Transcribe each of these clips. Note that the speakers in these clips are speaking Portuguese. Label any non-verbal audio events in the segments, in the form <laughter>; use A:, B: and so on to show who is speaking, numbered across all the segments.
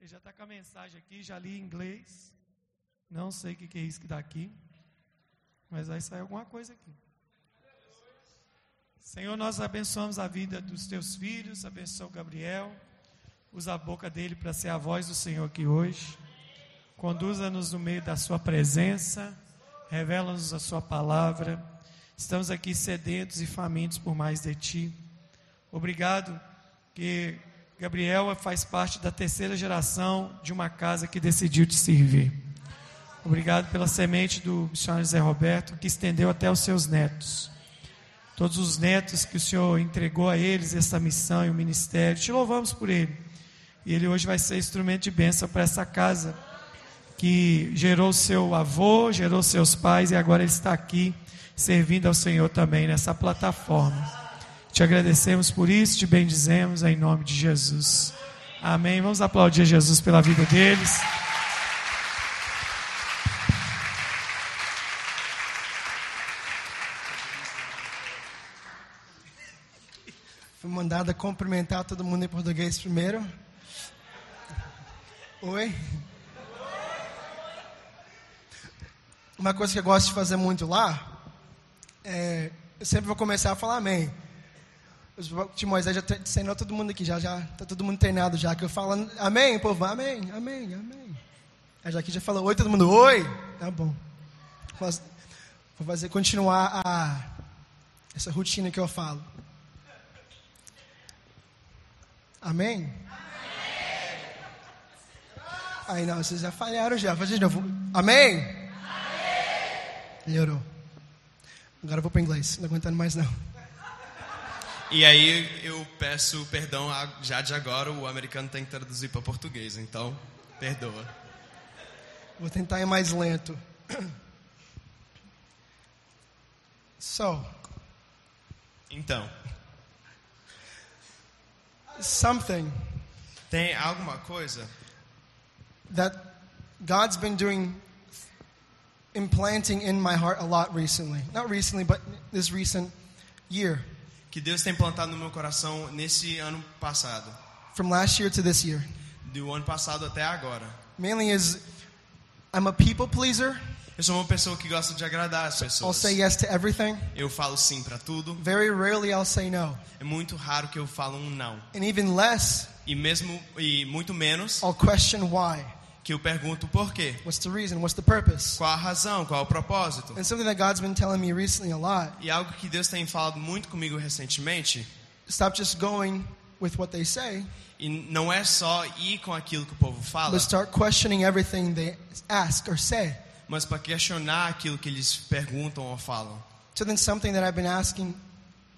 A: Ele já está com a mensagem aqui, já li em inglês. Não sei o que, que é isso que dá aqui. Mas vai sair alguma coisa aqui. Senhor, nós abençoamos a vida dos teus filhos, abençoa o Gabriel, usa a boca dele para ser a voz do Senhor aqui hoje. Conduza-nos no meio da sua presença, revela-nos a sua palavra. Estamos aqui sedentos e famintos por mais de ti. Obrigado que Gabriel faz parte da terceira geração de uma casa que decidiu te servir. Obrigado pela semente do missionário Zé Roberto que estendeu até os seus netos todos os netos que o Senhor entregou a eles essa missão e o ministério. Te louvamos por ele. E ele hoje vai ser instrumento de bênção para essa casa que gerou seu avô, gerou seus pais e agora ele está aqui servindo ao Senhor também nessa plataforma. Te agradecemos por isso, te bendizemos em nome de Jesus. Amém. Vamos aplaudir Jesus pela vida deles.
B: Fui mandada cumprimentar todo mundo em português primeiro. Oi. Uma coisa que eu gosto de fazer muito lá é. Eu sempre vou começar a falar amém. Os de Moisés já tre- treinou todo mundo aqui, já, já. Tá todo mundo treinado já. Que eu falo amém, povo, amém, amém, amém. A Jaque já falou oi, todo mundo, oi. Tá bom. Mas Vou fazer continuar a, essa rotina que eu falo. Amém? Aí não, vocês já falharam já. Faz de novo. Amém? Amém. Melhorou. Agora eu vou para inglês. Não aguentando mais não.
C: E aí eu peço perdão a- já de agora, o americano tem que traduzir para português, então perdoa.
B: Vou tentar ir mais lento. So,
C: Então,
B: something
C: tem alguma coisa
B: that God's been doing, implanting in my heart a lot recently. Not recently, but this recent year,
C: que Deus tem plantado no meu coração nesse ano passado,
B: from last year to this year.
C: do ano passado até agora.
B: Mainly is I'm a people pleaser.
C: Eu sou uma pessoa que gosta de agradar as
B: I'll
C: pessoas.
B: say yes to everything.
C: Eu falo sim para tudo.
B: Very rarely I'll say no.
C: É muito raro que eu falo um não.
B: And even less,
C: E mesmo e muito menos
B: I'll question why.
C: que eu pergunto por quê.
B: What's the reason? What's the purpose?
C: Qual a razão? Qual o propósito?
B: And something that God's been telling me recently a lot
C: E algo que Deus tem falado muito comigo recentemente,
B: stop just going with what they say,
C: e não é só ir com aquilo que o povo fala,
B: but start questioning everything they ask or say.
C: mas para questionar aquilo que eles perguntam ou falam.
B: So then, something that I've been asking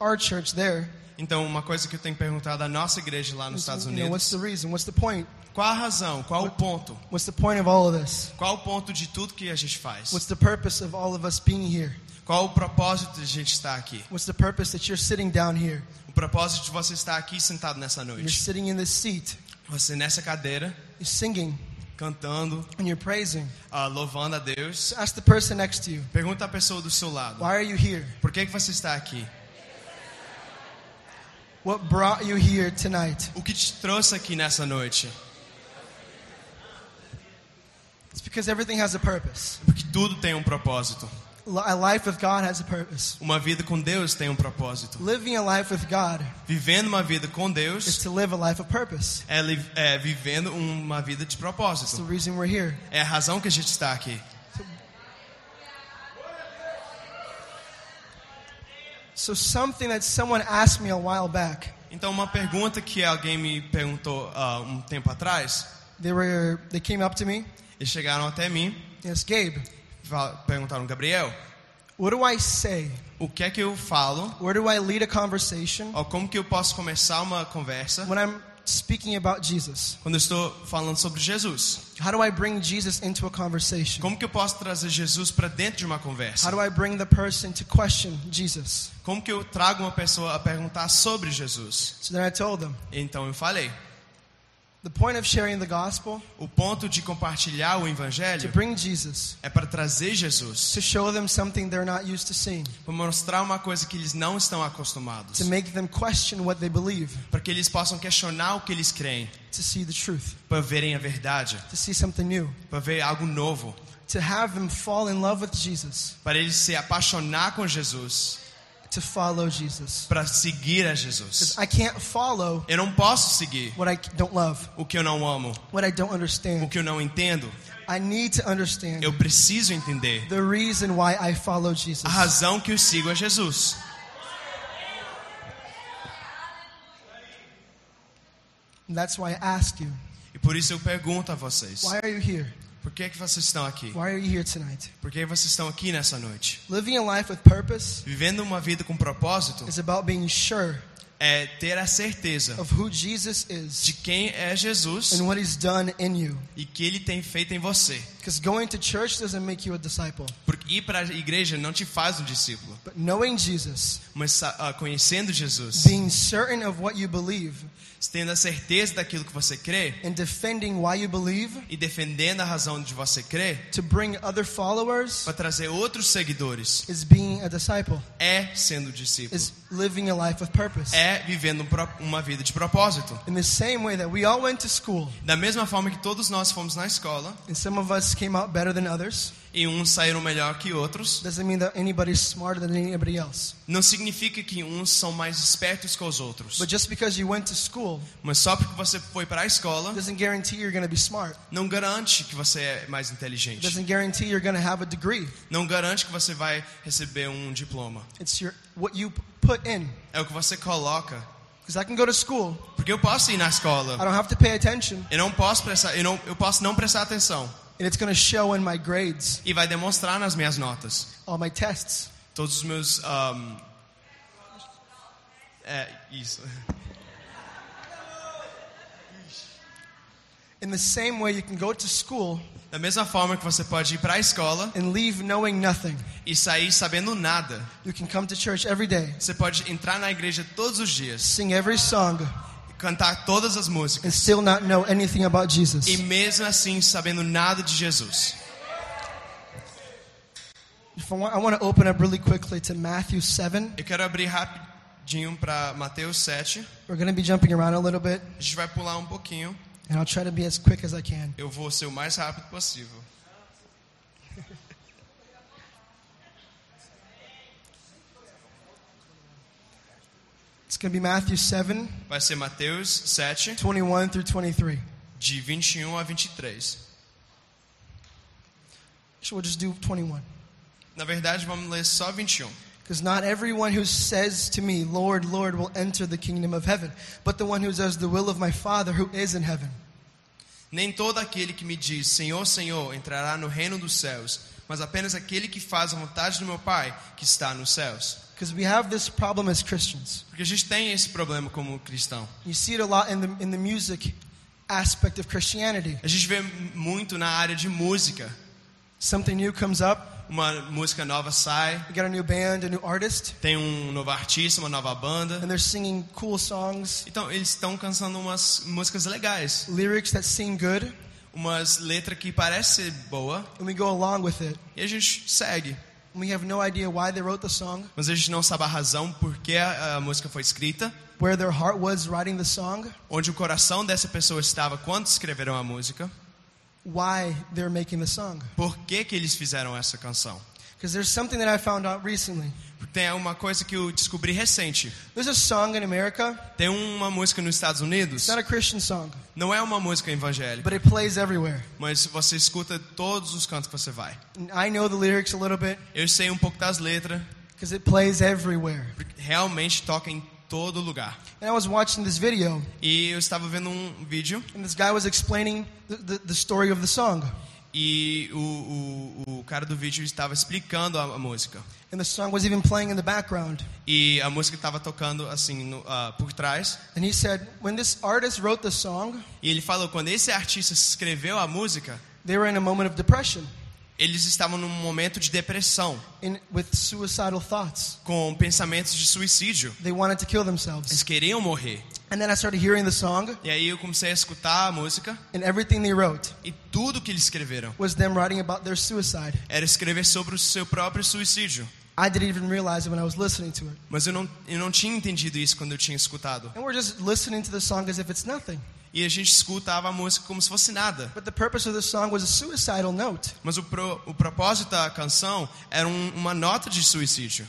B: our church there
C: Então, uma coisa que eu tenho perguntado à nossa igreja lá nos
B: is,
C: Estados
B: you know, what's
C: Unidos,
B: the reason? What's the point?
C: qual a razão? Qual o ponto?
B: What's the point of all of this?
C: Qual o ponto de tudo que a gente faz?
B: What's the purpose of all of us being here?
C: Qual o propósito de a gente estar aqui?
B: What's the purpose that you're sitting down here?
C: O propósito de você estar aqui sentado nessa
B: You're
C: noite.
B: sitting in this seat,
C: Você nessa cadeira,
B: you're singing,
C: cantando,
B: and you're praising.
C: ah, louvando a Deus.
B: Ask the person next to you,
C: Pergunta à pessoa do seu lado,
B: why are you here?
C: por que, que você está aqui?
B: What brought you here tonight?
C: O que te trouxe aqui nessa noite?
B: It's because everything has a purpose.
C: Porque tudo tem um propósito.
B: Li- A life with God has a purpose.
C: Uma vida com Deus tem um propósito.
B: Living a life with God
C: Vivendo uma vida com
B: is
C: Deus
B: to live a life of purpose.
C: é, li- é vivendo uma vida de
B: It's the
C: propósito.
B: reason we're here.
C: É a razão que a gente está aqui.
B: So something that someone asked me a while back,
C: Então, uma pergunta que alguém me perguntou ah, um tempo atrás,
B: they were they came up to me
C: eles chegaram até mim
B: and asked, Gabe,
C: fal- perguntaram, Gabriel,
B: what do I say?
C: o que é que eu falo?
B: Where do I lead a conversation
C: Ó, como que eu posso começar uma conversa
B: when I'm speaking about Jesus?
C: quando eu estou falando sobre Jesus?
B: How do I bring Jesus into a conversation?
C: Como que eu posso trazer Jesus para dentro de uma
B: How
C: conversa?
B: do I bring the person to question Jesus?
C: Como que eu trago uma pessoa a perguntar sobre Jesus?
B: So then I told them,
C: Então eu falei,
B: the- The point of sharing the gospel
C: O ponto de compartilhar o
B: to
C: evangelho
B: bring Jesus,
C: é para trazer Jesus,
B: to show them something they're not used to seeing,
C: para mostrar uma coisa que eles não estão acostumados,
B: to make them question what they believe,
C: para que eles possam questionar o que eles creem,
B: to see the truth,
C: para verem a verdade,
B: to see something new,
C: para ver algo novo,
B: to have them fall in love with Jesus,
C: para eles se apaixonar com Jesus,
B: to follow Jesus.
C: para seguir a Jesus.
B: 'Cause I can't follow
C: Eu não posso seguir
B: what I don't love,
C: o que eu não amo,
B: what I don't
C: o
B: understand.
C: que eu não entendo.
B: I need to understand
C: Eu preciso entender
B: the reason why I follow Jesus.
C: a razão que eu sigo a Jesus.
B: And that's why I ask you,
C: E por isso eu pergunto a vocês:
B: why are you here?
C: por que, que vocês estão aqui?
B: Why are you here tonight?
C: Por que vocês estão aqui nessa noite?
B: Living a life with purpose
C: Vivendo uma vida com propósito
B: is about being sure
C: é ter a certeza
B: of who Jesus is
C: de quem é Jesus
B: and what he's done in you.
C: e que ele tem feito em você.
B: Because going to church doesn't make you a disciple,
C: Porque ir para a igreja não te faz um discípulo,
B: but knowing Jesus,
C: mas sa- ah, conhecendo Jesus,
B: being certain of what you believe,
C: tendo a certeza daquilo que você crê
B: and defending why you believe
C: e defendendo a razão de você crer
B: to bring other followers
C: para trazer outros seguidores
B: is being a disciple,
C: é sendo discípulo,
B: is living a life with purpose.
C: é vivendo um pro- uma vida de propósito.
B: In the same way that we all went to school,
C: Da mesma forma que todos nós fomos na escola
B: and some of us came out better than others,
C: e uns saíram melhor que outros,
B: doesn't mean that anybody's smarter than anybody else.
C: não significa que uns são mais espertos que os outros.
B: But just because you went to school
C: Mas só porque você foi para a escola
B: doesn't guarantee you're going to be smart.
C: não garante que você é mais
B: It
C: inteligente.
B: doesn't guarantee you're going to have a degree.
C: Não garante que você vai receber um diploma.
B: It's your what you p- put in.
C: É o que você coloca.
B: Because I can go to school,
C: Porque eu posso ir na
B: I
C: escola.
B: don't have to pay attention,
C: Eu não posso prestar, eu não, eu posso não prestar atenção
B: and it's going to show in my grades,
C: e vai demonstrar nas minhas notas.
B: all my tests.
C: Todos os meus ahm, é isso. <laughs>
B: In the same way, you can go to school
C: Da mesma forma que você pode ir para a escola
B: and leave knowing nothing.
C: e sair sabendo nada.
B: You can come to church every day,
C: Você pode entrar na igreja todos os dias,
B: sing every song,
C: cantar todas as
B: and
C: músicas
B: still not know anything about
C: e
B: Jesus.
C: mesmo assim sabendo nada de Jesus.
B: If I, want, I want to open up really quickly to Matthew 7.
C: Eu quero abrir rapidinho para Mateus 7.
B: We're going to be jumping around a little bit,
C: A gente vai pular um pouquinho.
B: and I'll try to be as quick as I can.
C: Eu vou ser o mais rápido possível.
B: It's going to be Matthew 7,
C: Vai ser Mateus 7,
B: 21 through 23.
C: de 21 a 23.
B: So we'll just do 21.
C: Na verdade, vamos ler só 21.
B: Because not everyone who says to me, Lord, Lord, will enter the kingdom of heaven, but the one who does the will of my Father who is in heaven.
C: Nem todo aquele que me diz, Senhor, Senhor, entrará no reino dos céus, mas apenas aquele que faz a vontade do meu Pai, que está nos céus.
B: Because we have this problem as Christians.
C: Porque a gente tem esse problema como cristão.
B: You see it a lot in the, in the music aspect of Christianity.
C: A gente vê muito na área de música.
B: Something new comes up,
C: Uma música nova sai,
B: you got a new band, a new artist,
C: tem um novo artista, uma nova banda.
B: and they're singing cool songs,
C: Então, eles estão cantando umas músicas legais,
B: lyrics that seem good,
C: umas letras que parecem ser boa,
B: and we go along with it.
C: e a gente segue.
B: And we have no idea why they wrote the song,
C: Mas a gente não sabe a razão por que a, a música foi escrita,
B: where their heart was writing the song,
C: onde o coração dessa pessoa estava quando escreveram a música,
B: why they're making the song.
C: por que, que eles fizeram essa canção.
B: Because there's something that I found out recently.
C: Porque Tem uma coisa que eu descobri recente.
B: There's a song in America.
C: Tem uma música nos Estados Unidos,
B: It's not a Christian song,
C: não é uma música evangélica,
B: but it plays everywhere.
C: mas você escuta todos os cantos que você vai.
B: And I know the lyrics a little bit
C: Eu sei um pouco das letras,
B: because it plays everywhere.
C: porque realmente toca em todo lugar.
B: And I was watching this video,
C: E eu estava vendo um vídeo
B: and this guy was explaining the, the, the story of the song.
C: e o, o, o cara do vídeo estava explicando a, a música.
B: And the song was even playing in the background.
C: E a música estava tocando assim no, ah, por trás.
B: And he said, when this artist wrote the song,
C: E ele falou: quando esse artista escreveu a música,
B: they were in a moment of depression.
C: Eles estavam num momento de depressão,
B: in, with suicidal thoughts.
C: com pensamentos de suicídio.
B: They wanted to kill themselves.
C: Eles queriam morrer.
B: And then I started hearing the song,
C: E aí eu comecei a escutar a música
B: and everything they wrote
C: e tudo que eles escreveram
B: was them writing about their suicide.
C: era escrever sobre o seu próprio suicídio.
B: I didn't even realize it when I was listening to it.
C: Mas eu não, eu não tinha entendido isso quando eu tinha escutado.
B: And we're just listening to the song as if it's nothing.
C: E a gente escutava a música como se fosse nada.
B: But the purpose of the song was a suicidal note.
C: Mas o, pro, o propósito da canção era um, uma nota de suicídio.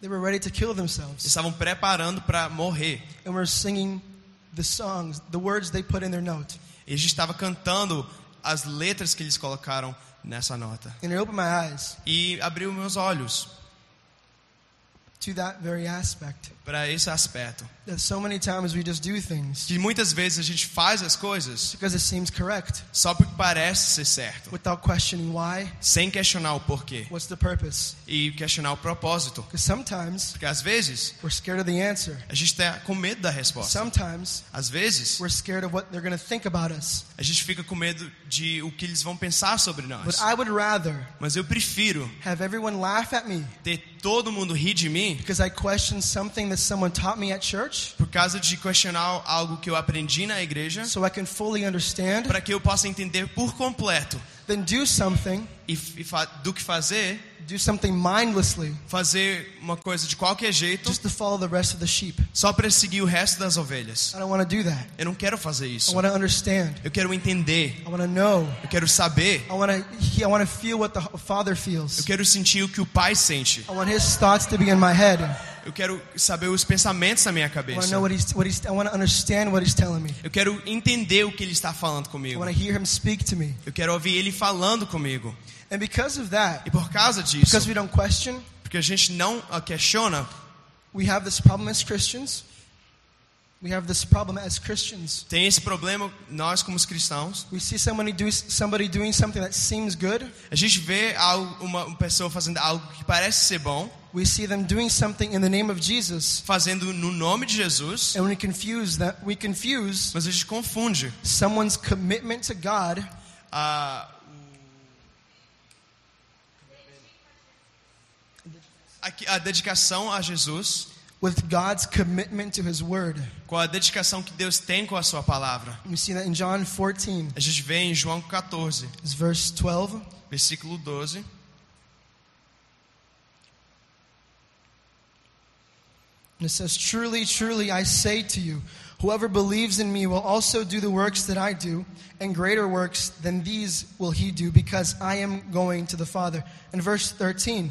B: They were ready to kill
C: Eles
B: themselves.
C: estavam preparando para morrer.
B: And we're singing the songs, the words they put in their note.
C: E a gente estava cantando as letras que eles colocaram nessa nota.
B: And it opened my eyes
C: E abriu meus olhos
B: to that very aspect.
C: para esse aspecto.
B: That so many times we just do things
C: Que muitas vezes a gente faz as coisas
B: because it seems correct
C: só porque parece ser certo,
B: without questioning why,
C: sem questionar o porquê
B: what's the purpose.
C: e questionar o propósito.
B: Because sometimes
C: Porque às vezes
B: we're scared of the answer.
C: a gente está com medo da resposta.
B: Sometimes
C: Às vezes
B: we're scared of what they're going to think about us.
C: a gente fica com medo de o que eles vão pensar sobre nós.
B: But I would rather
C: Mas eu prefiro
B: have everyone laugh at me
C: ter todo mundo rir de mim
B: because I question something that someone taught me at church
C: por causa de questionar algo que eu aprendi na igreja,
B: so I can fully understand,
C: para que eu possa entender por completo
B: then do something,
C: e, e fa- do que fazer,
B: do something mindlessly
C: fazer uma coisa de qualquer jeito
B: just to follow the rest of the sheep.
C: só para seguir o resto das ovelhas.
B: I don't want to do that.
C: Eu não quero fazer
B: I
C: isso.
B: want to understand.
C: Eu quero entender.
B: I want to know.
C: Eu quero saber.
B: I want to I want to feel what the Father
C: Eu
B: feels.
C: quero sentir o que o Pai sente.
B: I want his thoughts to be in my head. I
C: Eu quero saber os pensamentos na minha
B: want to
C: cabeça.
B: know what he's what he's I want to understand what he's telling me.
C: Eu quero entender o que Ele está falando
B: I
C: comigo.
B: want to hear him speak to me.
C: Eu quero ouvir Ele falando comigo.
B: And because of that,
C: E por causa disso,
B: because we don't question,
C: porque a gente não a questiona,
B: we have this problem as Christians. We have this problem as Christians.
C: tem esse problema nós como os cristãos.
B: We see somebody, do, somebody doing something that seems good.
C: A gente vê algo, uma pessoa fazendo algo que parece ser bom,
B: We see them doing something in the name of Jesus,
C: fazendo no nome de Jesus,
B: and we confuse that. We confuse
C: mas a gente confunde
B: someone's commitment to God
C: a Aqui, a dedicação a Jesus
B: with God's commitment to His Word.
C: com a dedicação que Deus tem com a sua palavra.
B: We see that in John 14,
C: A gente vê em João 14,
B: it's verse 12.
C: versículo 12.
B: And it says, Truly, truly, I say to you, whoever believes in me will also do the works that I do, and greater works than these will he do, because I am going to the Father. And verse 13,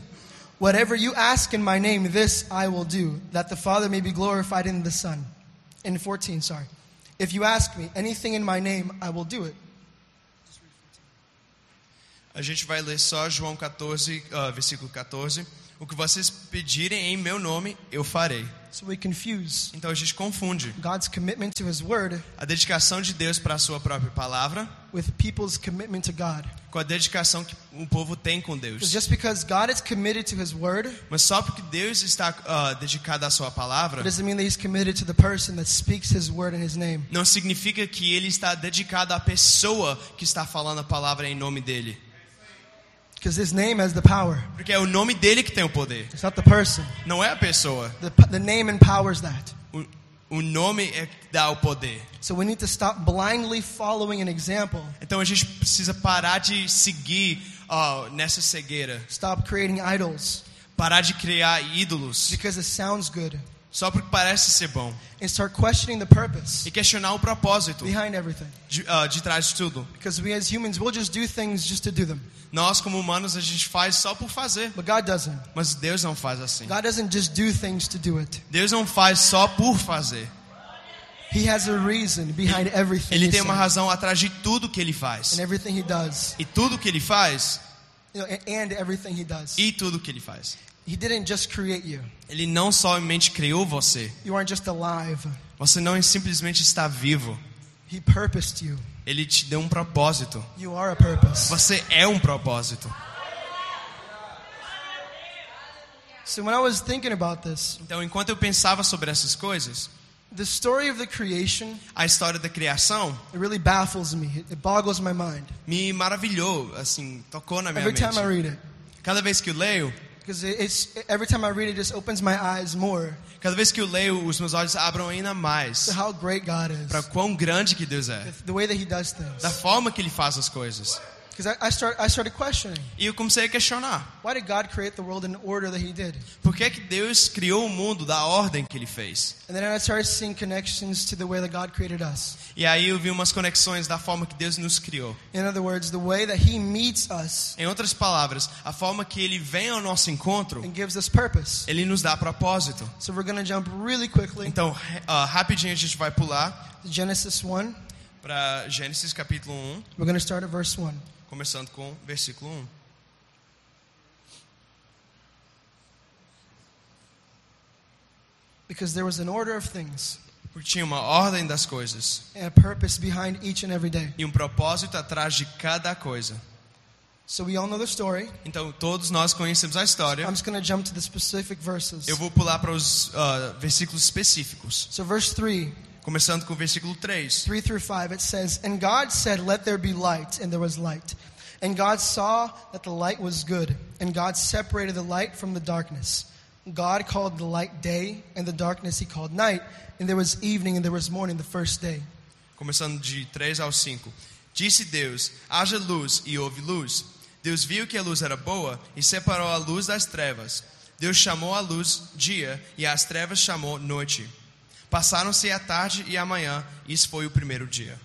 B: Whatever you ask in my name, this I will do, that the Father may be glorified in the Son. In 14, sorry. If you ask me anything in my name, I will do it.
C: A gente vai ler só João 14, ah, versículo 14. O que vocês pedirem em meu nome, eu farei.
B: So we confuse
C: Então a gente confunde
B: God's commitment to His Word
C: a dedicação de Deus para a sua própria palavra
B: with people's commitment to God.
C: com a dedicação que o povo tem com Deus.
B: Just because God is committed to His Word,
C: Mas só porque Deus está ah, dedicado à sua palavra,
B: It doesn't mean that he's committed to the person that speaks his word in his name.
C: não significa que ele está dedicado à pessoa que está falando a palavra em nome dele.
B: Because his name has the power.
C: Porque é o nome dele que tem o poder,
B: It's not the person.
C: não é a pessoa.
B: The, p- the name empowers that.
C: O, o nome é que dá o poder.
B: So we need to stop blindly following an example.
C: Então a gente precisa parar de seguir ó, nessa cegueira,
B: Stop creating idols
C: parar de criar ídolos
B: because it sounds good.
C: só porque parece ser bom
B: And start questioning the purpose
C: e questionar o propósito
B: behind everything.
C: de, ah, de trás de tudo.
B: Because we as humans, we'll just do things just to do them.
C: Nós como humanos a gente faz só por fazer,
B: But God doesn't.
C: mas Deus não faz assim.
B: God doesn't just do things to do it.
C: Deus não faz só por fazer.
B: He has a reason behind everything.
C: Ele
B: he
C: tem uma
B: says
C: razão atrás de tudo que ele faz.
B: and everything he does.
C: E tudo que ele faz,
B: You know, and, and everything he does.
C: e tudo que ele faz.
B: He didn't just create you.
C: Ele não somente criou você,
B: You aren't just alive.
C: você não simplesmente está vivo.
B: He purposed you.
C: Ele te deu um propósito.
B: You are a purpose.
C: Você é um propósito.
B: So when I was thinking about this,
C: Então, enquanto eu pensava sobre essas coisas,
B: The story of the creation,
C: A história da criação
B: it really baffles me. It- It boggles my mind
C: me maravilhou, assim, tocou na minha
B: every time I
C: mente.
B: read it.
C: Cada vez que eu leio,
B: Because it, it's, every time I read it, it just opens my eyes more
C: cada vez que eu leio, os meus olhos abram ainda mais
B: to how great God is,
C: para quão grande que Deus é,
B: the way that He does
C: da
B: things.
C: forma que Ele faz as coisas.
B: Because I, I, start, I started questioning
C: E eu comecei a questionar:
B: why did God create the world in the order that He did?
C: por que é que Deus criou o mundo da ordem que Ele fez?
B: And then I started seeing connections to the way that God created us.
C: E aí eu vi umas conexões da forma que Deus nos criou.
B: In other words, the way that He meets us
C: Em outras palavras, a forma que Ele vem ao nosso encontro,
B: and gives us purpose.
C: Ele nos dá propósito.
B: So we're going to jump really quickly
C: Então, re- ah, rapidinho a gente vai pular
B: to Genesis 1.
C: para Gênesis capítulo 1,
B: We're going to start at verse 1.
C: começando com versículo 1.
B: Because there was an order of things
C: Porque tinha uma ordem das coisas
B: and a purpose behind each and every day.
C: e um propósito atrás de cada coisa.
B: So we all know the story.
C: Então, todos nós conhecemos a história.
B: I'm just going to jump to the specific verses.
C: Eu vou pular para os ah, versículos específicos.
B: So verse 3,
C: Começando com o versículo 3.
B: 3 through 5, it says, And God said, Let there be light, and there was light. And God saw that the light was good, and God separated the light from the darkness. God called the light day, and the darkness he called night, and there was evening, and there was morning the first day.
C: Começando de 3 ao 5. Disse Deus: Haja luz, e houve luz. Deus viu que a luz era boa e separou a luz das trevas. Deus chamou a luz dia e as trevas chamou noite. Passaram-se a tarde e a manhã, isso foi o primeiro dia.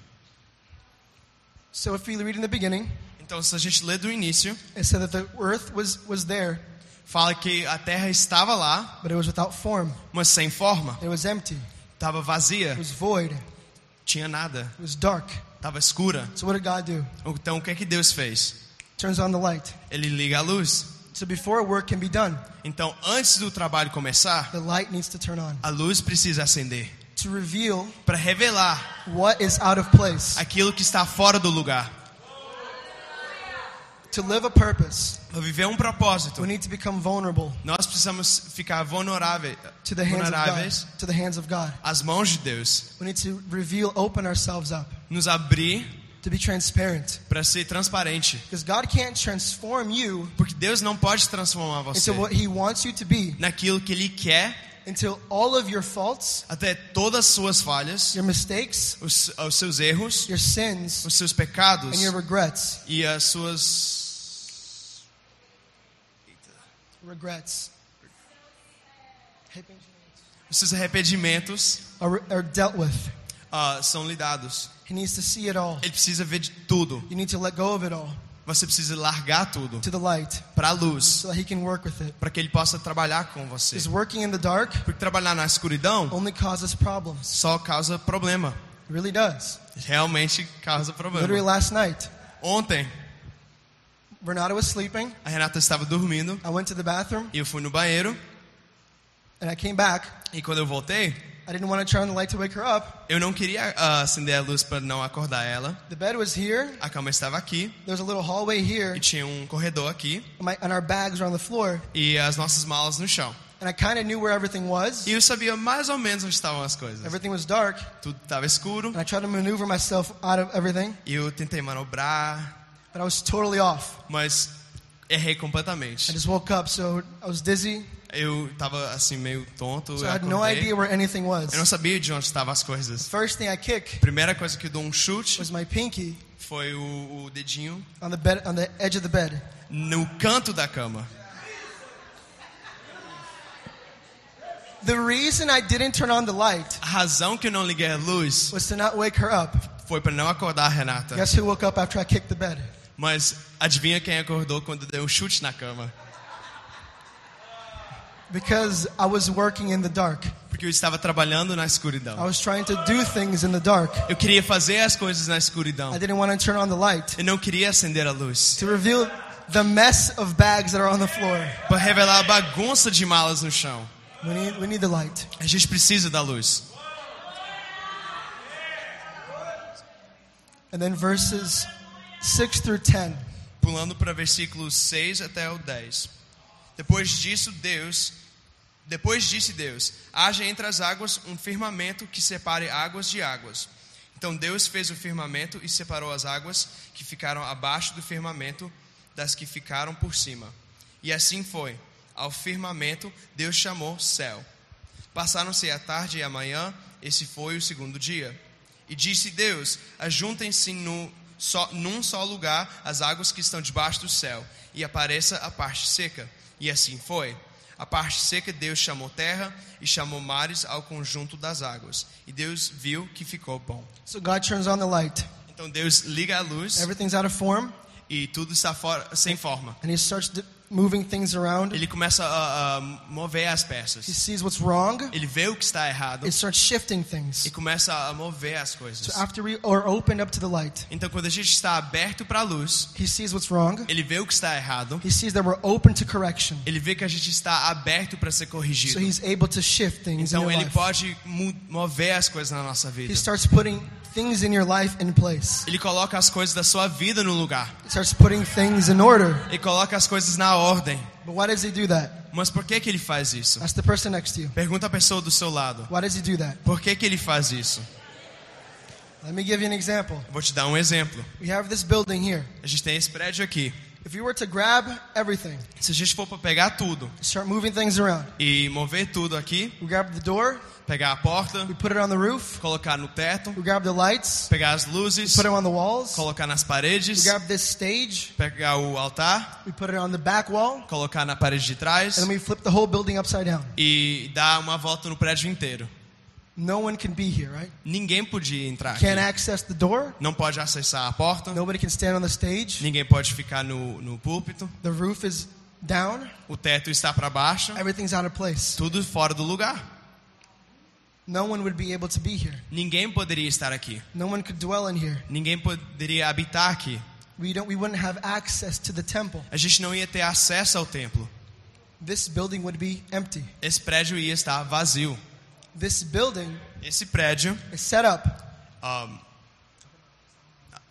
B: So if we read in the beginning,
C: Então, se a gente lê do início,
B: it said that the earth was, was there,
C: fala que a terra estava lá,
B: but it was without form.
C: mas sem forma,
B: It was empty.
C: estava vazia,
B: It was void. It
C: tinha nada,
B: was dark.
C: estava escura.
B: So what did God do?
C: Então, o que é que Deus fez?
B: Turns on the light.
C: Ele liga a luz.
B: So before work can be done,
C: Então, antes do trabalho começar,
B: the light needs to turn on
C: a luz precisa acender
B: to reveal
C: para revelar
B: what is out of place,
C: aquilo que está fora do lugar.
B: to live a purpose.
C: Para viver um propósito,
B: We need to become vulnerable
C: nós precisamos ficar vulneráveis,
B: to the hands of God.
C: vulneráveis
B: To the hands of God,
C: às mãos de Deus,
B: we need to reveal, open ourselves up,
C: nos abrir
B: to be transparent,
C: para ser transparente,
B: because God can't transform you
C: porque Deus não pode transformar você
B: into what He wants you to be
C: naquilo que Ele quer,
B: until all of your faults,
C: até todas as suas falhas,
B: your mistakes,
C: os, os seus erros,
B: your sins,
C: os seus pecados
B: and your regrets.
C: e as suas
B: Regrets
C: os seus arrependimentos
B: are, are dealt with.
C: ah, são lidados.
B: He needs to see it all.
C: Ele precisa ver de tudo.
B: You need to let go of it all
C: Você precisa largar tudo
B: to the light
C: para a luz,
B: so that He can work with it.
C: para que ele possa trabalhar com você.
B: Because working in the dark
C: Porque trabalhar na escuridão
B: only causes problems.
C: só causa problema.
B: It really does.
C: Realmente causa
B: Literally
C: problema.
B: last night,
C: Ontem,
B: Renata was sleeping.
C: a Renata estava dormindo
B: I went to the bathroom
C: e eu fui no banheiro.
B: and I came back.
C: E quando eu voltei,
B: I didn't want to turn on the light to wake her up.
C: eu não queria ah, acender a luz para não acordar ela.
B: The bed was here.
C: A cama estava aqui
B: There was a little hallway here,
C: e tinha um corredor aqui
B: my, and our bags were on the floor.
C: e as nossas malas no chão.
B: And I kind of knew where everything was.
C: E eu sabia mais ou menos onde estavam as coisas.
B: Everything was dark,
C: Tudo estava escuro.
B: and I tried to maneuver myself out of everything,
C: E eu tentei manobrar,
B: but I was totally off.
C: mas errei completamente.
B: I just woke up, so I was dizzy.
C: Eu tava assim meio tonto.
B: So
C: eu,
B: I had no
C: acordei.
B: idea where anything
C: eu não
B: was.
C: sabia de onde estavam as coisas.
B: First thing I kick
C: Primeira coisa que eu dou um chute
B: was my pinky
C: foi o, o dedinho
B: on the bed, on the edge of the bed.
C: no canto da cama.
B: The reason I didn't turn on the light
C: A razão que eu não liguei a luz
B: was to not wake her up.
C: foi para não acordar a Renata.
B: Guess who woke up after I kicked the bed?
C: Mas adivinha quem acordou quando eu dei um chute na cama?
B: Because I was working in the dark.
C: Porque eu estava trabalhando na
B: I
C: escuridão.
B: was trying to do things in the dark.
C: Eu queria fazer as coisas na
B: I
C: escuridão.
B: didn't want to turn on the light
C: Eu não queria acender a luz.
B: to reveal the mess of bags that are on the floor.
C: Para revelar a bagunça de malas no chão.
B: We need, we need the light.
C: A gente precisa da luz.
B: And then verses 6 through 10.
C: pulando para versículos 6 até o 10. Depois disso, Deus Depois disse Deus: Haja entre as águas um firmamento que separe águas de águas. Então Deus fez o firmamento e separou as águas que ficaram abaixo do firmamento das que ficaram por cima. E assim foi. Ao firmamento Deus chamou céu. Passaram-se a tarde e a manhã, esse foi o segundo dia. E disse Deus: Ajuntem-se no, só, num só lugar as águas que estão debaixo do céu, e apareça a parte seca. E assim foi. A parte seca Deus chamou terra e chamou mares ao conjunto das águas. E Deus viu que ficou bom.
B: So God turns on the light.
C: Então Deus liga a luz
B: Everything's out of form,
C: e tudo está fora, sem forma.
B: and He starts d- moving things around.
C: Ele começa a, a mover as
B: He
C: peças.
B: sees what's wrong.
C: Ele vê o que está errado
B: It starts shifting
C: e
B: things.
C: começa a mover as coisas.
B: So after we are opened up to the light,
C: Então quando a gente está aberto para a luz,
B: He sees what's wrong.
C: ele vê o que está errado.
B: He sees that we're open to correction.
C: Ele vê que a gente está aberto para ser
B: So
C: corrigido.
B: He's able to shift things in
C: Então
B: your
C: ele
B: é life.
C: pode mu- mover as coisas na nossa vida.
B: He starts putting things in your life in place.
C: Ele coloca as coisas da sua vida no lugar.
B: He starts putting things in order.
C: Ele coloca as coisas na ordem.
B: But why does He do that?
C: Mas por que que ele faz isso?
B: That's the person next to you.
C: Pergunta a pessoa do seu lado.
B: Why does He do that?
C: Por que que ele faz isso?
B: Let me give you an example.
C: Eu vou te dar um exemplo.
B: We have this building here.
C: A gente tem esse prédio aqui.
B: If you were to grab everything,
C: Se a gente for para pegar tudo
B: start moving things around,
C: e mover tudo aqui,
B: we grab the door,
C: pegar a porta,
B: we put it on the roof,
C: colocar no teto,
B: we grab the lights,
C: pegar as luzes,
B: put them on the walls,
C: colocar nas
B: we
C: paredes,
B: grab this stage,
C: pegar o altar,
B: we put it on the back wall,
C: colocar na parede de trás
B: and then we flip the whole building upside down.
C: e dar uma volta no prédio inteiro.
B: No one can be here, right?
C: Ninguém podia entrar aqui.
B: Can't access the door,
C: Não pode acessar a porta,
B: nobody can stand on the stage,
C: ninguém pode ficar no, no púlpito,
B: the roof is down,
C: o teto está para baixo,
B: everything's out of place.
C: tudo fora do lugar.
B: No one would be able to be here.
C: Ninguém poderia estar aqui.
B: No one could dwell in here.
C: Ninguém poderia habitar aqui.
B: We don't we wouldn't have access to the temple.
C: A gente não ia ter acesso ao templo.
B: This building would be empty.
C: Esse prédio ia estar vazio.
B: This building
C: Esse prédio
B: is set up
C: ahm, um,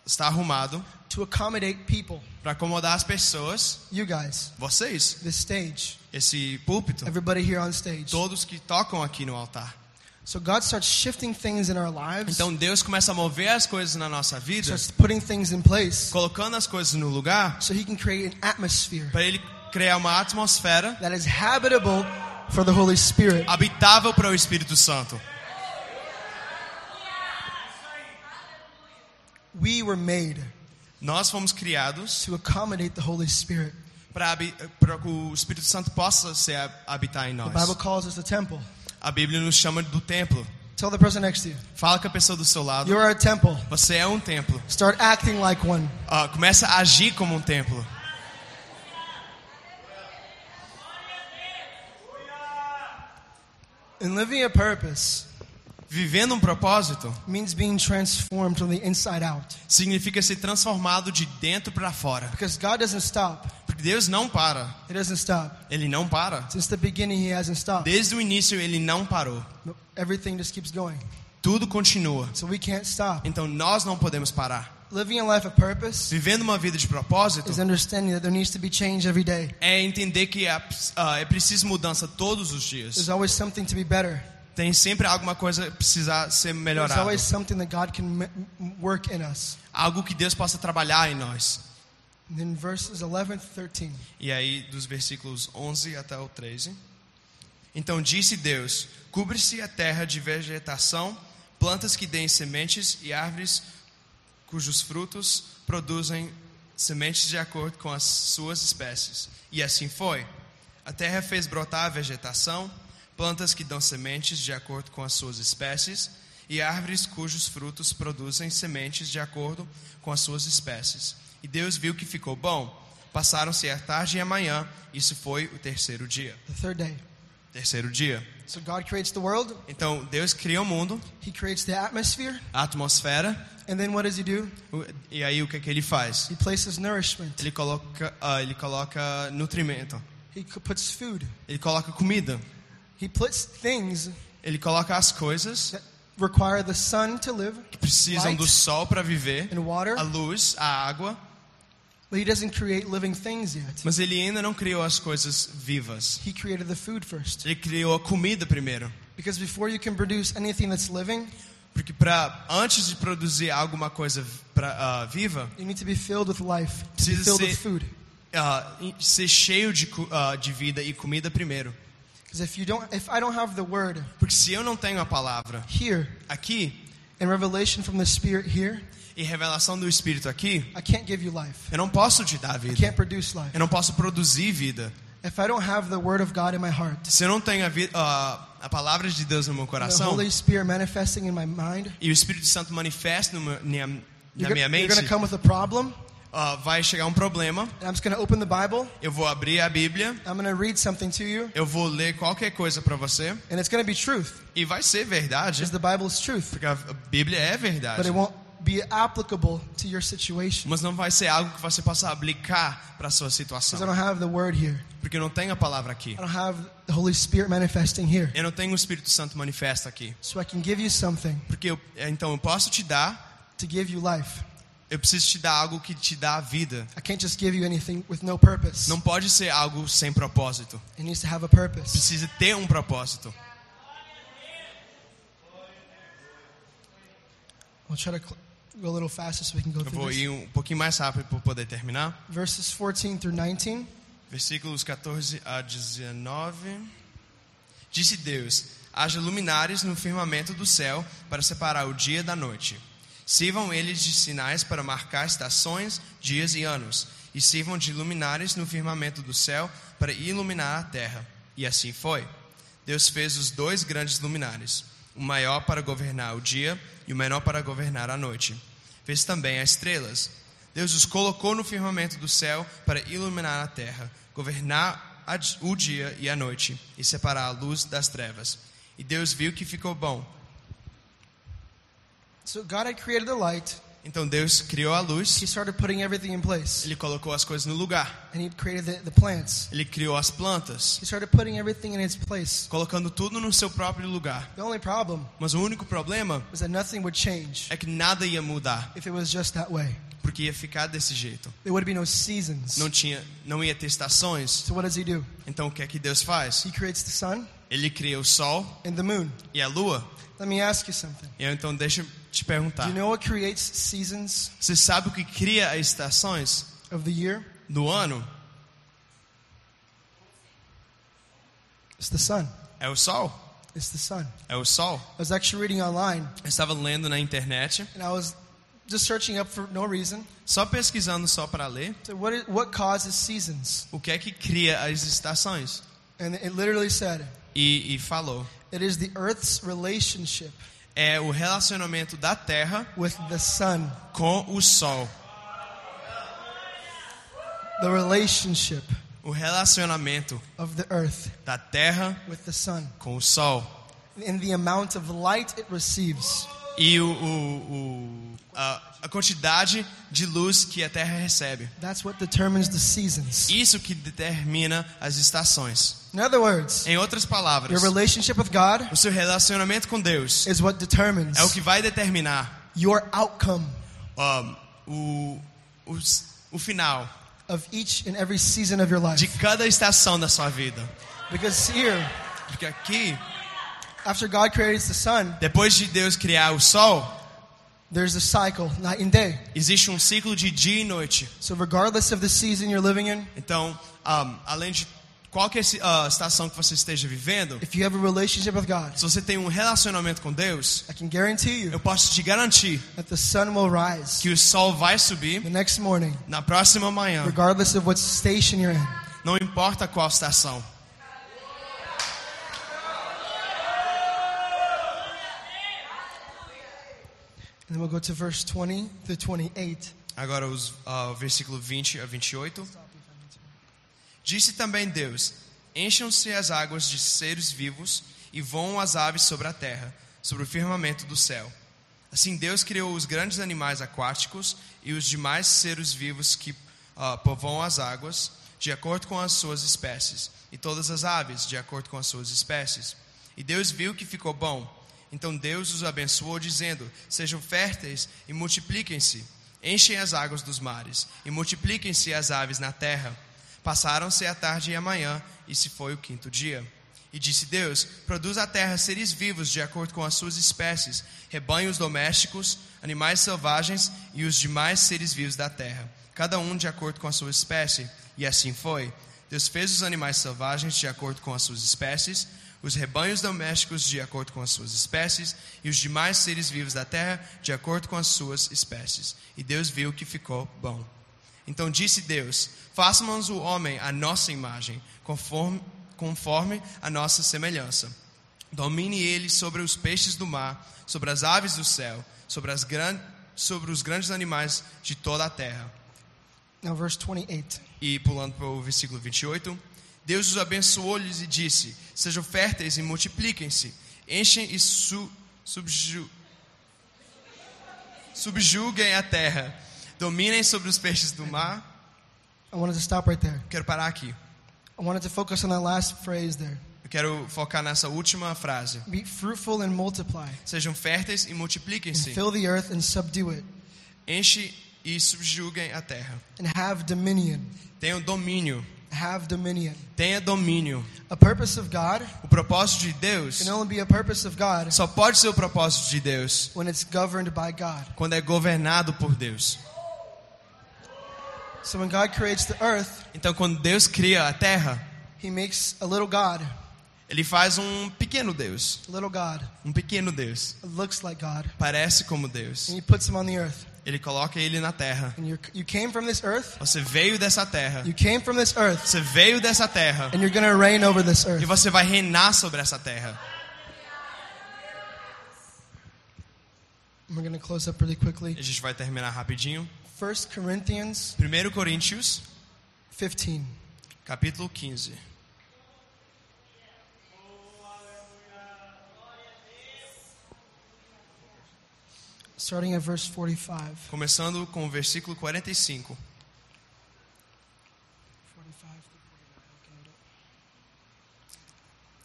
C: está arrumado
B: to accommodate people,
C: para acomodar as pessoas,
B: you guys,
C: vocês,
B: this stage,
C: esse púlpito,
B: everybody here on stage.
C: todos que tocam aqui no altar.
B: So God starts shifting things in our lives,
C: Então Deus começa a mover as coisas na nossa vida,
B: starts putting things in place
C: colocando as coisas no lugar
B: so He can create an atmosphere
C: para ele criar uma atmosfera
B: that is habitable for the Holy Spirit.
C: habitável para o Espírito Santo.
B: We were made
C: Nós fomos criados
B: to accommodate the Holy Spirit.
C: para habi- para que o Espírito Santo possa se hab- habitar em
B: The
C: nós.
B: Bible calls us the temple.
C: A Bíblia nos chama do templo.
B: Tell the person next to you,
C: Fala com a pessoa do seu lado.
B: you are a temple.
C: Você é um templo.
B: Start acting like one.
C: Ah, começa a agir como um templo.
B: And living a purpose
C: Vivendo um propósito
B: means being transformed from the inside out.
C: significa ser transformado de dentro para fora.
B: Because God doesn't stop.
C: Porque Deus não para.
B: He doesn't stop.
C: Ele não para.
B: Since the beginning, He hasn't stopped.
C: Desde o início ele não parou.
B: Everything just keeps going.
C: Tudo continua.
B: So we can't stop.
C: Então nós não podemos parar.
B: Living a life of purpose
C: Vivendo uma vida de propósito
B: is understanding that there needs to be change every day.
C: é entender que é, ah, é preciso mudança todos os dias.
B: There's always something to be better.
C: Tem sempre alguma coisa que precisa ser
B: There's
C: melhorada.
B: always something that God can m- m- work in us.
C: Algo que Deus possa trabalhar em nós.
B: And then verses 11 to 13.
C: E aí, dos versículos 11 até o 13. Então disse Deus: Cubre-se a terra de vegetação, plantas que deem sementes e árvores cujos frutos produzem sementes de acordo com as suas espécies. E assim foi. A terra fez brotar a vegetação, plantas que dão sementes de acordo com as suas espécies, e árvores cujos frutos produzem sementes de acordo com as suas espécies. E Deus viu que ficou bom. Passaram-se a tarde e a manhã, isso foi o terceiro dia.
B: The third day.
C: Terceiro dia.
B: So God creates the world.
C: Então Deus cria o mundo,
B: He creates the atmosphere.
C: a atmosfera,
B: And then what does He do?
C: o- e aí o que, é que ele faz?
B: He places nourishment.
C: Ele coloca, ah, ele coloca nutrimento,
B: He c- puts food.
C: ele coloca comida,
B: He puts things
C: ele coloca as coisas
B: that require the sun to live
C: que precisam
B: Light.
C: do sol para viver,
B: and water
C: a luz, a água,
B: But he doesn't create living things yet.
C: Mas ele ainda não criou as coisas vivas.
B: He created the food first.
C: Ele criou a comida primeiro.
B: Because before you can produce anything that's living,
C: Porque pra, antes de produzir alguma coisa pra, ah, viva,
B: you need to be filled with life, to be
C: Precisa
B: filled
C: ser-
B: with food.
C: ah, ser cheio de, cu- ah, de vida e comida primeiro.
B: Because if you don't, if I don't have the word
C: Porque se eu não tenho a palavra
B: here
C: aqui
B: and revelation from the Spirit here,
C: e revelação do Espírito aqui,
B: I can't give you life.
C: eu não posso te dar
B: I
C: vida.
B: can't produce life.
C: Eu não posso produzir vida.
B: If I don't have the word of God in my heart,
C: Se eu não tenho a, vi- ah, a palavra de Deus no meu
B: and the
C: coração
B: Holy Spirit manifesting in my mind,
C: e o Espírito Santo manifesta numa- minha- na
B: you're,
C: minha
B: go- you're
C: mente,
B: going to come with a problem.
C: ah, vai chegar um problema.
B: And I'm just going to open the Bible.
C: Eu vou abrir a Bíblia,
B: I'm going to read something to you,
C: eu vou ler qualquer coisa para você
B: and it's going to be truth,
C: e vai ser verdade,
B: because the Bible is truth.
C: porque a Bíblia é
B: But
C: verdade.
B: it won't be applicable to your situation,
C: Mas não vai ser algo que você possa aplicar para sua
B: because I
C: situação,
B: don't have the word here.
C: porque eu não tenho a palavra aqui.
B: I don't have the Holy Spirit manifesting here.
C: Eu não tenho o Espírito Santo manifesta aqui.
B: So I can give you something
C: Porque eu, então eu posso te dar,
B: to give you life.
C: eu preciso te dar algo que te dá a vida.
B: I can't just give you anything with no purpose.
C: Não pode ser algo sem propósito.
B: It needs to have a purpose.
C: Precisa ter um propósito.
B: I'll try to cl- go a little faster so we can go
C: Eu
B: through
C: vou
B: this.
C: ir um pouquinho mais rápido para poder terminar.
B: Verses 14 through 19.
C: Versículos 14 a 19. Disse Deus: Haja luminares no firmamento do céu para separar o dia da noite. Sirvam eles de sinais para marcar estações, dias e anos. E sirvam de luminares no firmamento do céu para iluminar a terra. E assim foi. Deus fez os dois grandes luminares, o maior para governar o dia e o menor para governar a noite. Fez também as estrelas. Deus os colocou no firmamento do céu para iluminar a terra, governar a di- o dia e a noite e separar a luz das trevas. E Deus viu que ficou bom.
B: So God had created the light.
C: Então Deus criou a
B: He
C: luz,
B: started putting everything in place.
C: ele colocou as coisas no lugar,
B: And he created the, the plants.
C: ele criou as plantas,
B: He started putting everything in its place.
C: colocando tudo no seu próprio lugar.
B: The only problem
C: Mas o único problema
B: was that nothing would change
C: é que nada ia mudar,
B: if it was just that way.
C: porque ia ficar desse jeito.
B: There would be no seasons.
C: não tinha, não ia ter estações.
B: So what does he do?
C: Então o que é que Deus faz?
B: He creates the sun
C: Ele cria o sol
B: and the moon.
C: e a lua.
B: Let me ask you something.
C: E eu, então deixa eu te perguntar.
B: Do you know what creates seasons
C: Você sabe o que cria as estações
B: of the year?
C: do ano?
B: It's the sun.
C: É o sol.
B: It's the sun.
C: É o sol.
B: I was actually reading online
C: Eu estava lendo na internet,
B: and I was just searching up for no reason.
C: só pesquisando só para ler,
B: So what, is, what causes seasons?
C: o que é que cria as estações.
B: And it literally said,
C: E, e falou.
B: it is the earth's relationship
C: É o relacionamento da terra
B: with the sun.
C: com o sol.
B: The relationship
C: O relacionamento
B: of the earth
C: da terra
B: with the sun.
C: com o sol.
B: And the amount of light it receives.
C: e o, o- o- a, a quantidade de luz que a Terra recebe.
B: That's what determines the seasons.
C: Isso que determina as estações.
B: In other words,
C: Em outras palavras,
B: your relationship with God
C: o seu relacionamento com Deus
B: is what
C: é o
B: determines
C: que vai determinar
B: your outcome
C: ó, o, o, o final
B: of each and every season of your
C: de
B: life.
C: cada estação da sua vida.
B: Because here,
C: Porque aqui,
B: after God creates the sun,
C: depois de Deus criar o sol,
B: there's a cycle, night and day.
C: existe um ciclo de dia e noite.
B: So, regardless of the season you're living in,
C: Então, ah, além de qualquer si- ah, estação que você esteja vivendo,
B: if you have a relationship with God,
C: se você tem um relacionamento com Deus,
B: I can guarantee you
C: Eu posso te garantir
B: that the sun will rise
C: que o sol vai subir
B: the next morning,
C: na próxima manhã,
B: regardless of what station you're in.
C: não importa qual estação.
B: And then we'll go to verse 20 through 28.
C: Agora os, ah, o versículo 20 a 28. Disse também Deus: Encham-se as águas de seres vivos e voam as aves sobre a terra, sobre o firmamento do céu. Assim Deus criou os grandes animais aquáticos e os demais seres vivos que ah, povoam as águas, de acordo com as suas espécies, e todas as aves, de acordo com as suas espécies. E Deus viu que ficou bom. Então Deus os abençoou, dizendo: Sejam férteis e multipliquem-se. Enchem as águas dos mares e multipliquem-se as aves na terra. Passaram-se a tarde e a manhã, e se foi o quinto dia. E disse Deus: Produz a terra seres vivos de acordo com as suas espécies, rebanhos domésticos, animais selvagens e os demais seres vivos da terra, cada um de acordo com a sua espécie. E assim foi. Deus fez os animais selvagens de acordo com as suas espécies, os rebanhos domésticos de acordo com as suas espécies e os demais seres vivos da terra de acordo com as suas espécies. E Deus viu que ficou bom. Então disse Deus: Façamos o homem à nossa imagem, conforme, conforme a nossa semelhança. Domine ele sobre os peixes do mar, sobre as aves do céu, sobre, as gran, sobre os grandes animais de toda a terra.
B: Now, verse 28.
C: E pulando para o versículo 28, Deus os abençoou-lhes e disse: Sejam férteis e multipliquem-se, enchem e su, subju, subjuguem a terra, dominem sobre os peixes do mar.
B: I wanted to stop right there.
C: Quero parar aqui.
B: I wanted to focus on that last phrase there.
C: Eu quero focar nessa última frase.
B: Be fruitful and multiply,
C: Sejam férteis e
B: and
C: multipliquem-se,
B: fill the earth and subdue it,
C: enchem e subjuguem a terra.
B: and have dominion.
C: Tenham domínio,
B: Have dominion.
C: tenha domínio.
B: A purpose of God
C: O propósito de Deus
B: can only be a purpose of God
C: só pode ser o propósito de Deus
B: when it's governed by God.
C: quando é governado por Deus.
B: So when God creates the earth,
C: Então, quando Deus cria a terra,
B: He makes a little God,
C: Ele faz um pequeno Deus,
B: a little God,
C: um pequeno Deus.
B: it looks like God,
C: Parece como Deus.
B: and He puts him on the earth.
C: Ele coloca ele na terra.
B: And you're, you came from this earth,
C: Você veio dessa terra.
B: you came from this earth,
C: Você veio dessa terra.
B: and you're going to reign over this
C: E
B: earth.
C: você vai reinar sobre essa terra.
B: We're going to close up really quickly.
C: A gente vai terminar rapidinho.
B: 1 Corinthians
C: 1 Coríntios,
B: 15.
C: capítulo 15.
B: starting at verse 45.
C: Começando com o versículo 45.
B: 45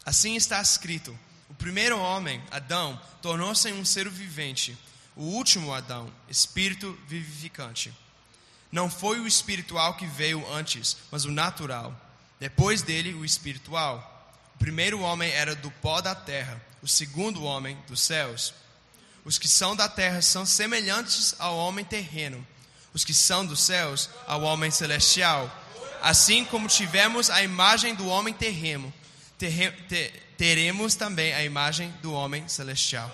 C: Assim está escrito: o primeiro homem, Adão, tornou-se um ser vivente, o último Adão, espírito vivificante. Não foi o espiritual que veio antes, mas o natural. Depois dele, o espiritual. O primeiro homem era do pó da terra, o segundo homem dos céus. Os que são da terra são semelhantes ao homem terreno, os que são dos céus ao homem celestial. Assim como tivemos a imagem do homem terreno, terre- te- teremos também a imagem do homem celestial.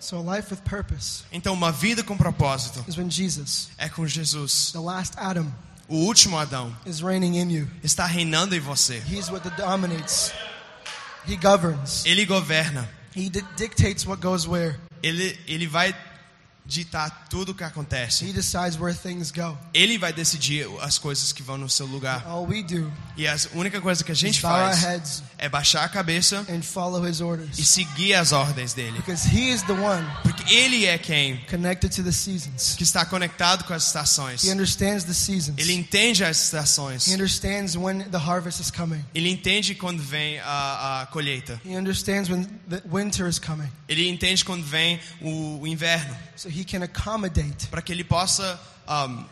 B: So, a life with purpose
C: Então, uma vida com propósito
B: is when Jesus,
C: é com Jesus.
B: the last Adam,
C: O último Adão
B: is reigning in you.
C: está reinando em você.
B: He's what dominates, He governs,
C: Ele governa.
B: He di- dictates what goes where,
C: Ele, ele vai ditar tudo o que
B: He
C: acontece.
B: decides where things go.
C: Ele vai decidir as coisas que vão no seu lugar.
B: All we do
C: E a única coisa que a
B: is
C: gente
B: bow our
C: faz
B: heads
C: é baixar a cabeça
B: and follow His
C: e
B: orders
C: seguir as ordens dele.
B: because He is the one
C: Porque ele é quem
B: connected to the seasons.
C: que está conectado com as estações.
B: He understands the
C: Ele
B: seasons,
C: entende as
B: He
C: estações.
B: understands when the harvest is coming,
C: Ele entende quando vem a, a colheita.
B: He understands when the winter is coming.
C: Ele entende quando vem o, o inverno.
B: So he can accommodate
C: Para que ele possa ahm,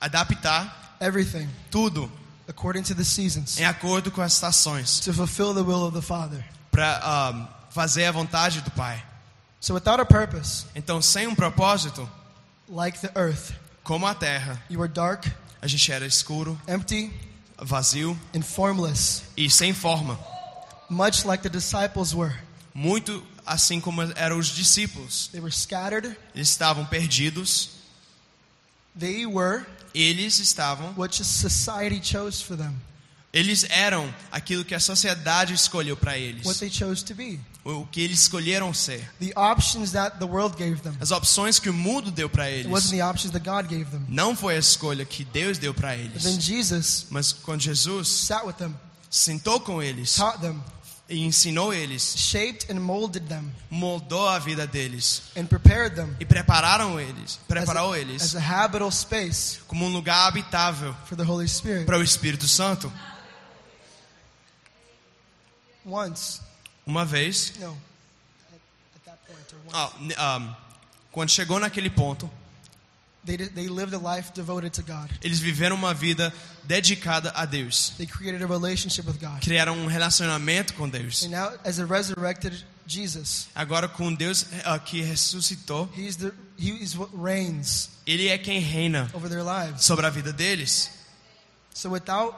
C: adaptar
B: everything
C: tudo
B: according to the seasons
C: em acordo com as estações.
B: to fulfill the will of the Father.
C: Para fazer a vontade do Pai.
B: So without a purpose,
C: Então, sem um propósito,
B: like the earth,
C: como a terra,
B: you are dark,
C: a gente era escuro,
B: empty,
C: vazio
B: and formless,
C: e sem forma.
B: much like the disciples were.
C: Muito assim como eram os discípulos.
B: They were scattered.
C: Eles estavam perdidos.
B: They were
C: Eles estavam
B: what just society chose for them,
C: Eles eram aquilo que a sociedade escolheu para
B: what
C: eles,
B: they chose to be,
C: o que eles escolheram ser,
B: the options that the world gave them.
C: as opções que o mundo deu para
B: It
C: eles.
B: wasn't the options that God gave them.
C: Não foi a escolha que Deus deu para
B: But then
C: eles,
B: Jesus
C: mas quando Jesus
B: sat with them,
C: sentou com eles
B: taught them,
C: e ensinou eles,
B: shaped and molded them,
C: moldou a vida deles
B: and prepared them
C: e prepararam eles,
B: as
C: preparou
B: a, as
C: eles
B: a habitable space
C: como um lugar habitável
B: for the Holy Spirit.
C: para o Espírito Santo.
B: Once,
C: Uma vez,
B: no, at, at that point or once,
C: ah, n- ah, Quando chegou naquele ponto,
B: They, did, they lived a life devoted to God.
C: eles viveram uma vida dedicada a Deus.
B: They created a relationship with God.
C: Criaram um relacionamento com Deus.
B: And now, as a resurrected Jesus,
C: Agora com Deus ah, que ressuscitou,
B: he's the, he is what reigns
C: ele é quem reina
B: over their lives.
C: sobre a vida deles.
B: So without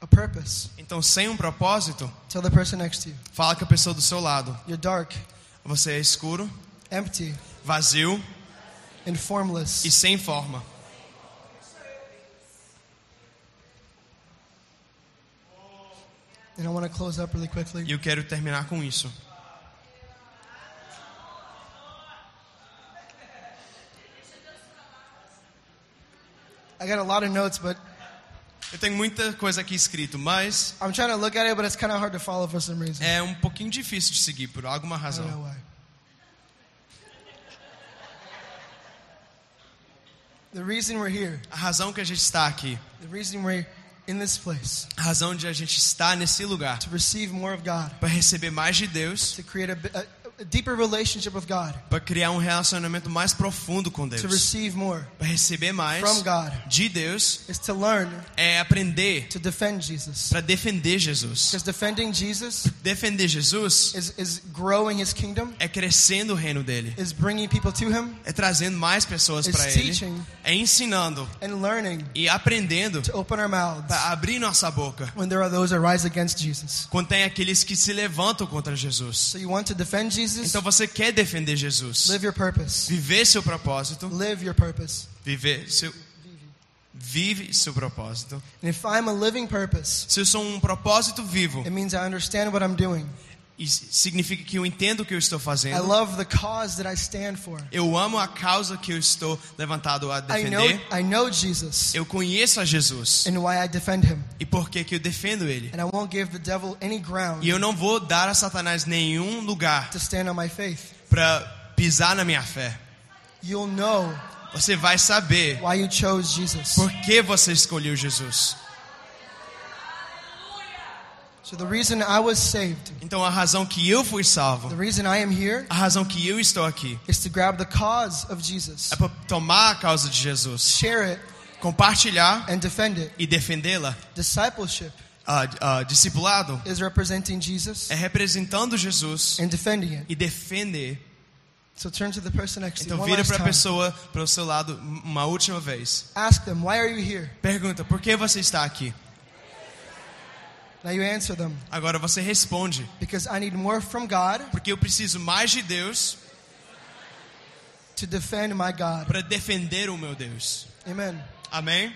B: a purpose,
C: Então, sem um propósito,
B: tell the person next to you,
C: fala com a pessoa do seu lado.
B: you're dark,
C: Você é escuro,
B: empty,
C: vazio
B: and
C: e
B: formless.
C: sem forma.
B: And I want to close up really
C: E
B: quickly.
C: eu quero terminar com isso.
B: I got a lot of notes, but
C: Eu tenho muita coisa aqui escrito, mas
B: I'm trying to look at it, but it's kind of hard to follow for some reason.
C: é um pouquinho difícil de seguir por alguma
B: I don't know
C: razão.
B: why. The reason we're here,
C: A razão que a gente está aqui,
B: the reason we're in this place,
C: a razão de a gente estar nesse lugar,
B: to receive more of God,
C: para receber mais de Deus,
B: to create a, a, a deeper relationship with God,
C: para criar um relacionamento mais profundo com
B: to
C: Deus,
B: receive more
C: para receber mais
B: from God,
C: de Deus,
B: is to learn
C: é aprender
B: to defend Jesus.
C: para defender Jesus.
B: Because defending Jesus
C: Defender Jesus
B: is, is growing his kingdom,
C: é crescendo o reino dele,
B: is bringing people to him,
C: é trazendo mais pessoas
B: It's
C: para ele,
B: teaching.
C: é ensinando
B: and learning
C: e aprendendo
B: to open our mouths
C: para abrir nossa boca
B: when there are those that rise against Jesus.
C: quando tem aqueles que se levantam contra Jesus.
B: So you want to defend Jesus?
C: Então você quer defender Jesus,
B: Live your purpose.
C: viver seu propósito,
B: Live your purpose.
C: viver seu vive seu propósito.
B: And if I'm a living purpose,
C: Se eu sou um propósito vivo,
B: it means I understand what I'm doing.
C: isso significa que eu entendo o que eu estou
B: I
C: fazendo.
B: love the cause that I stand for.
C: Eu amo a causa que eu estou levantado a
B: I know
C: defender.
B: I know Jesus
C: Eu conheço a Jesus
B: and why I defend him.
C: e por que que eu defendo ele.
B: And I won't give the devil any
C: E
B: ground
C: eu não vou dar a Satanás nenhum lugar
B: to stand on my faith.
C: para pisar na minha fé.
B: You'll know
C: Você vai saber
B: why you chose Jesus.
C: por que você escolheu Jesus.
B: So the reason I was saved,
C: Então a razão que eu fui
B: the
C: salvo,
B: reason I am here
C: a razão que eu estou aqui,
B: is to grab the cause of Jesus,
C: é para tomar a causa de Jesus,
B: share it
C: compartilhar
B: and defend it.
C: e defendê-la.
B: Discipleship
C: Ah, ah, discipulado
B: is representing Jesus
C: é representando Jesus
B: and defending it.
C: e defender.
B: So turn to the person next to you
C: Então
B: one
C: vira
B: last
C: para a
B: time.
C: pessoa, para o seu lado, uma última vez.
B: Ask them, "Why are you here?"
C: Pergunta, por que você está aqui?
B: Now you answer them,
C: Agora você responde,
B: "Because I need more from God
C: porque eu preciso mais de Deus
B: to defend my God."
C: para defender o meu Deus.
B: Amen.
C: Amém?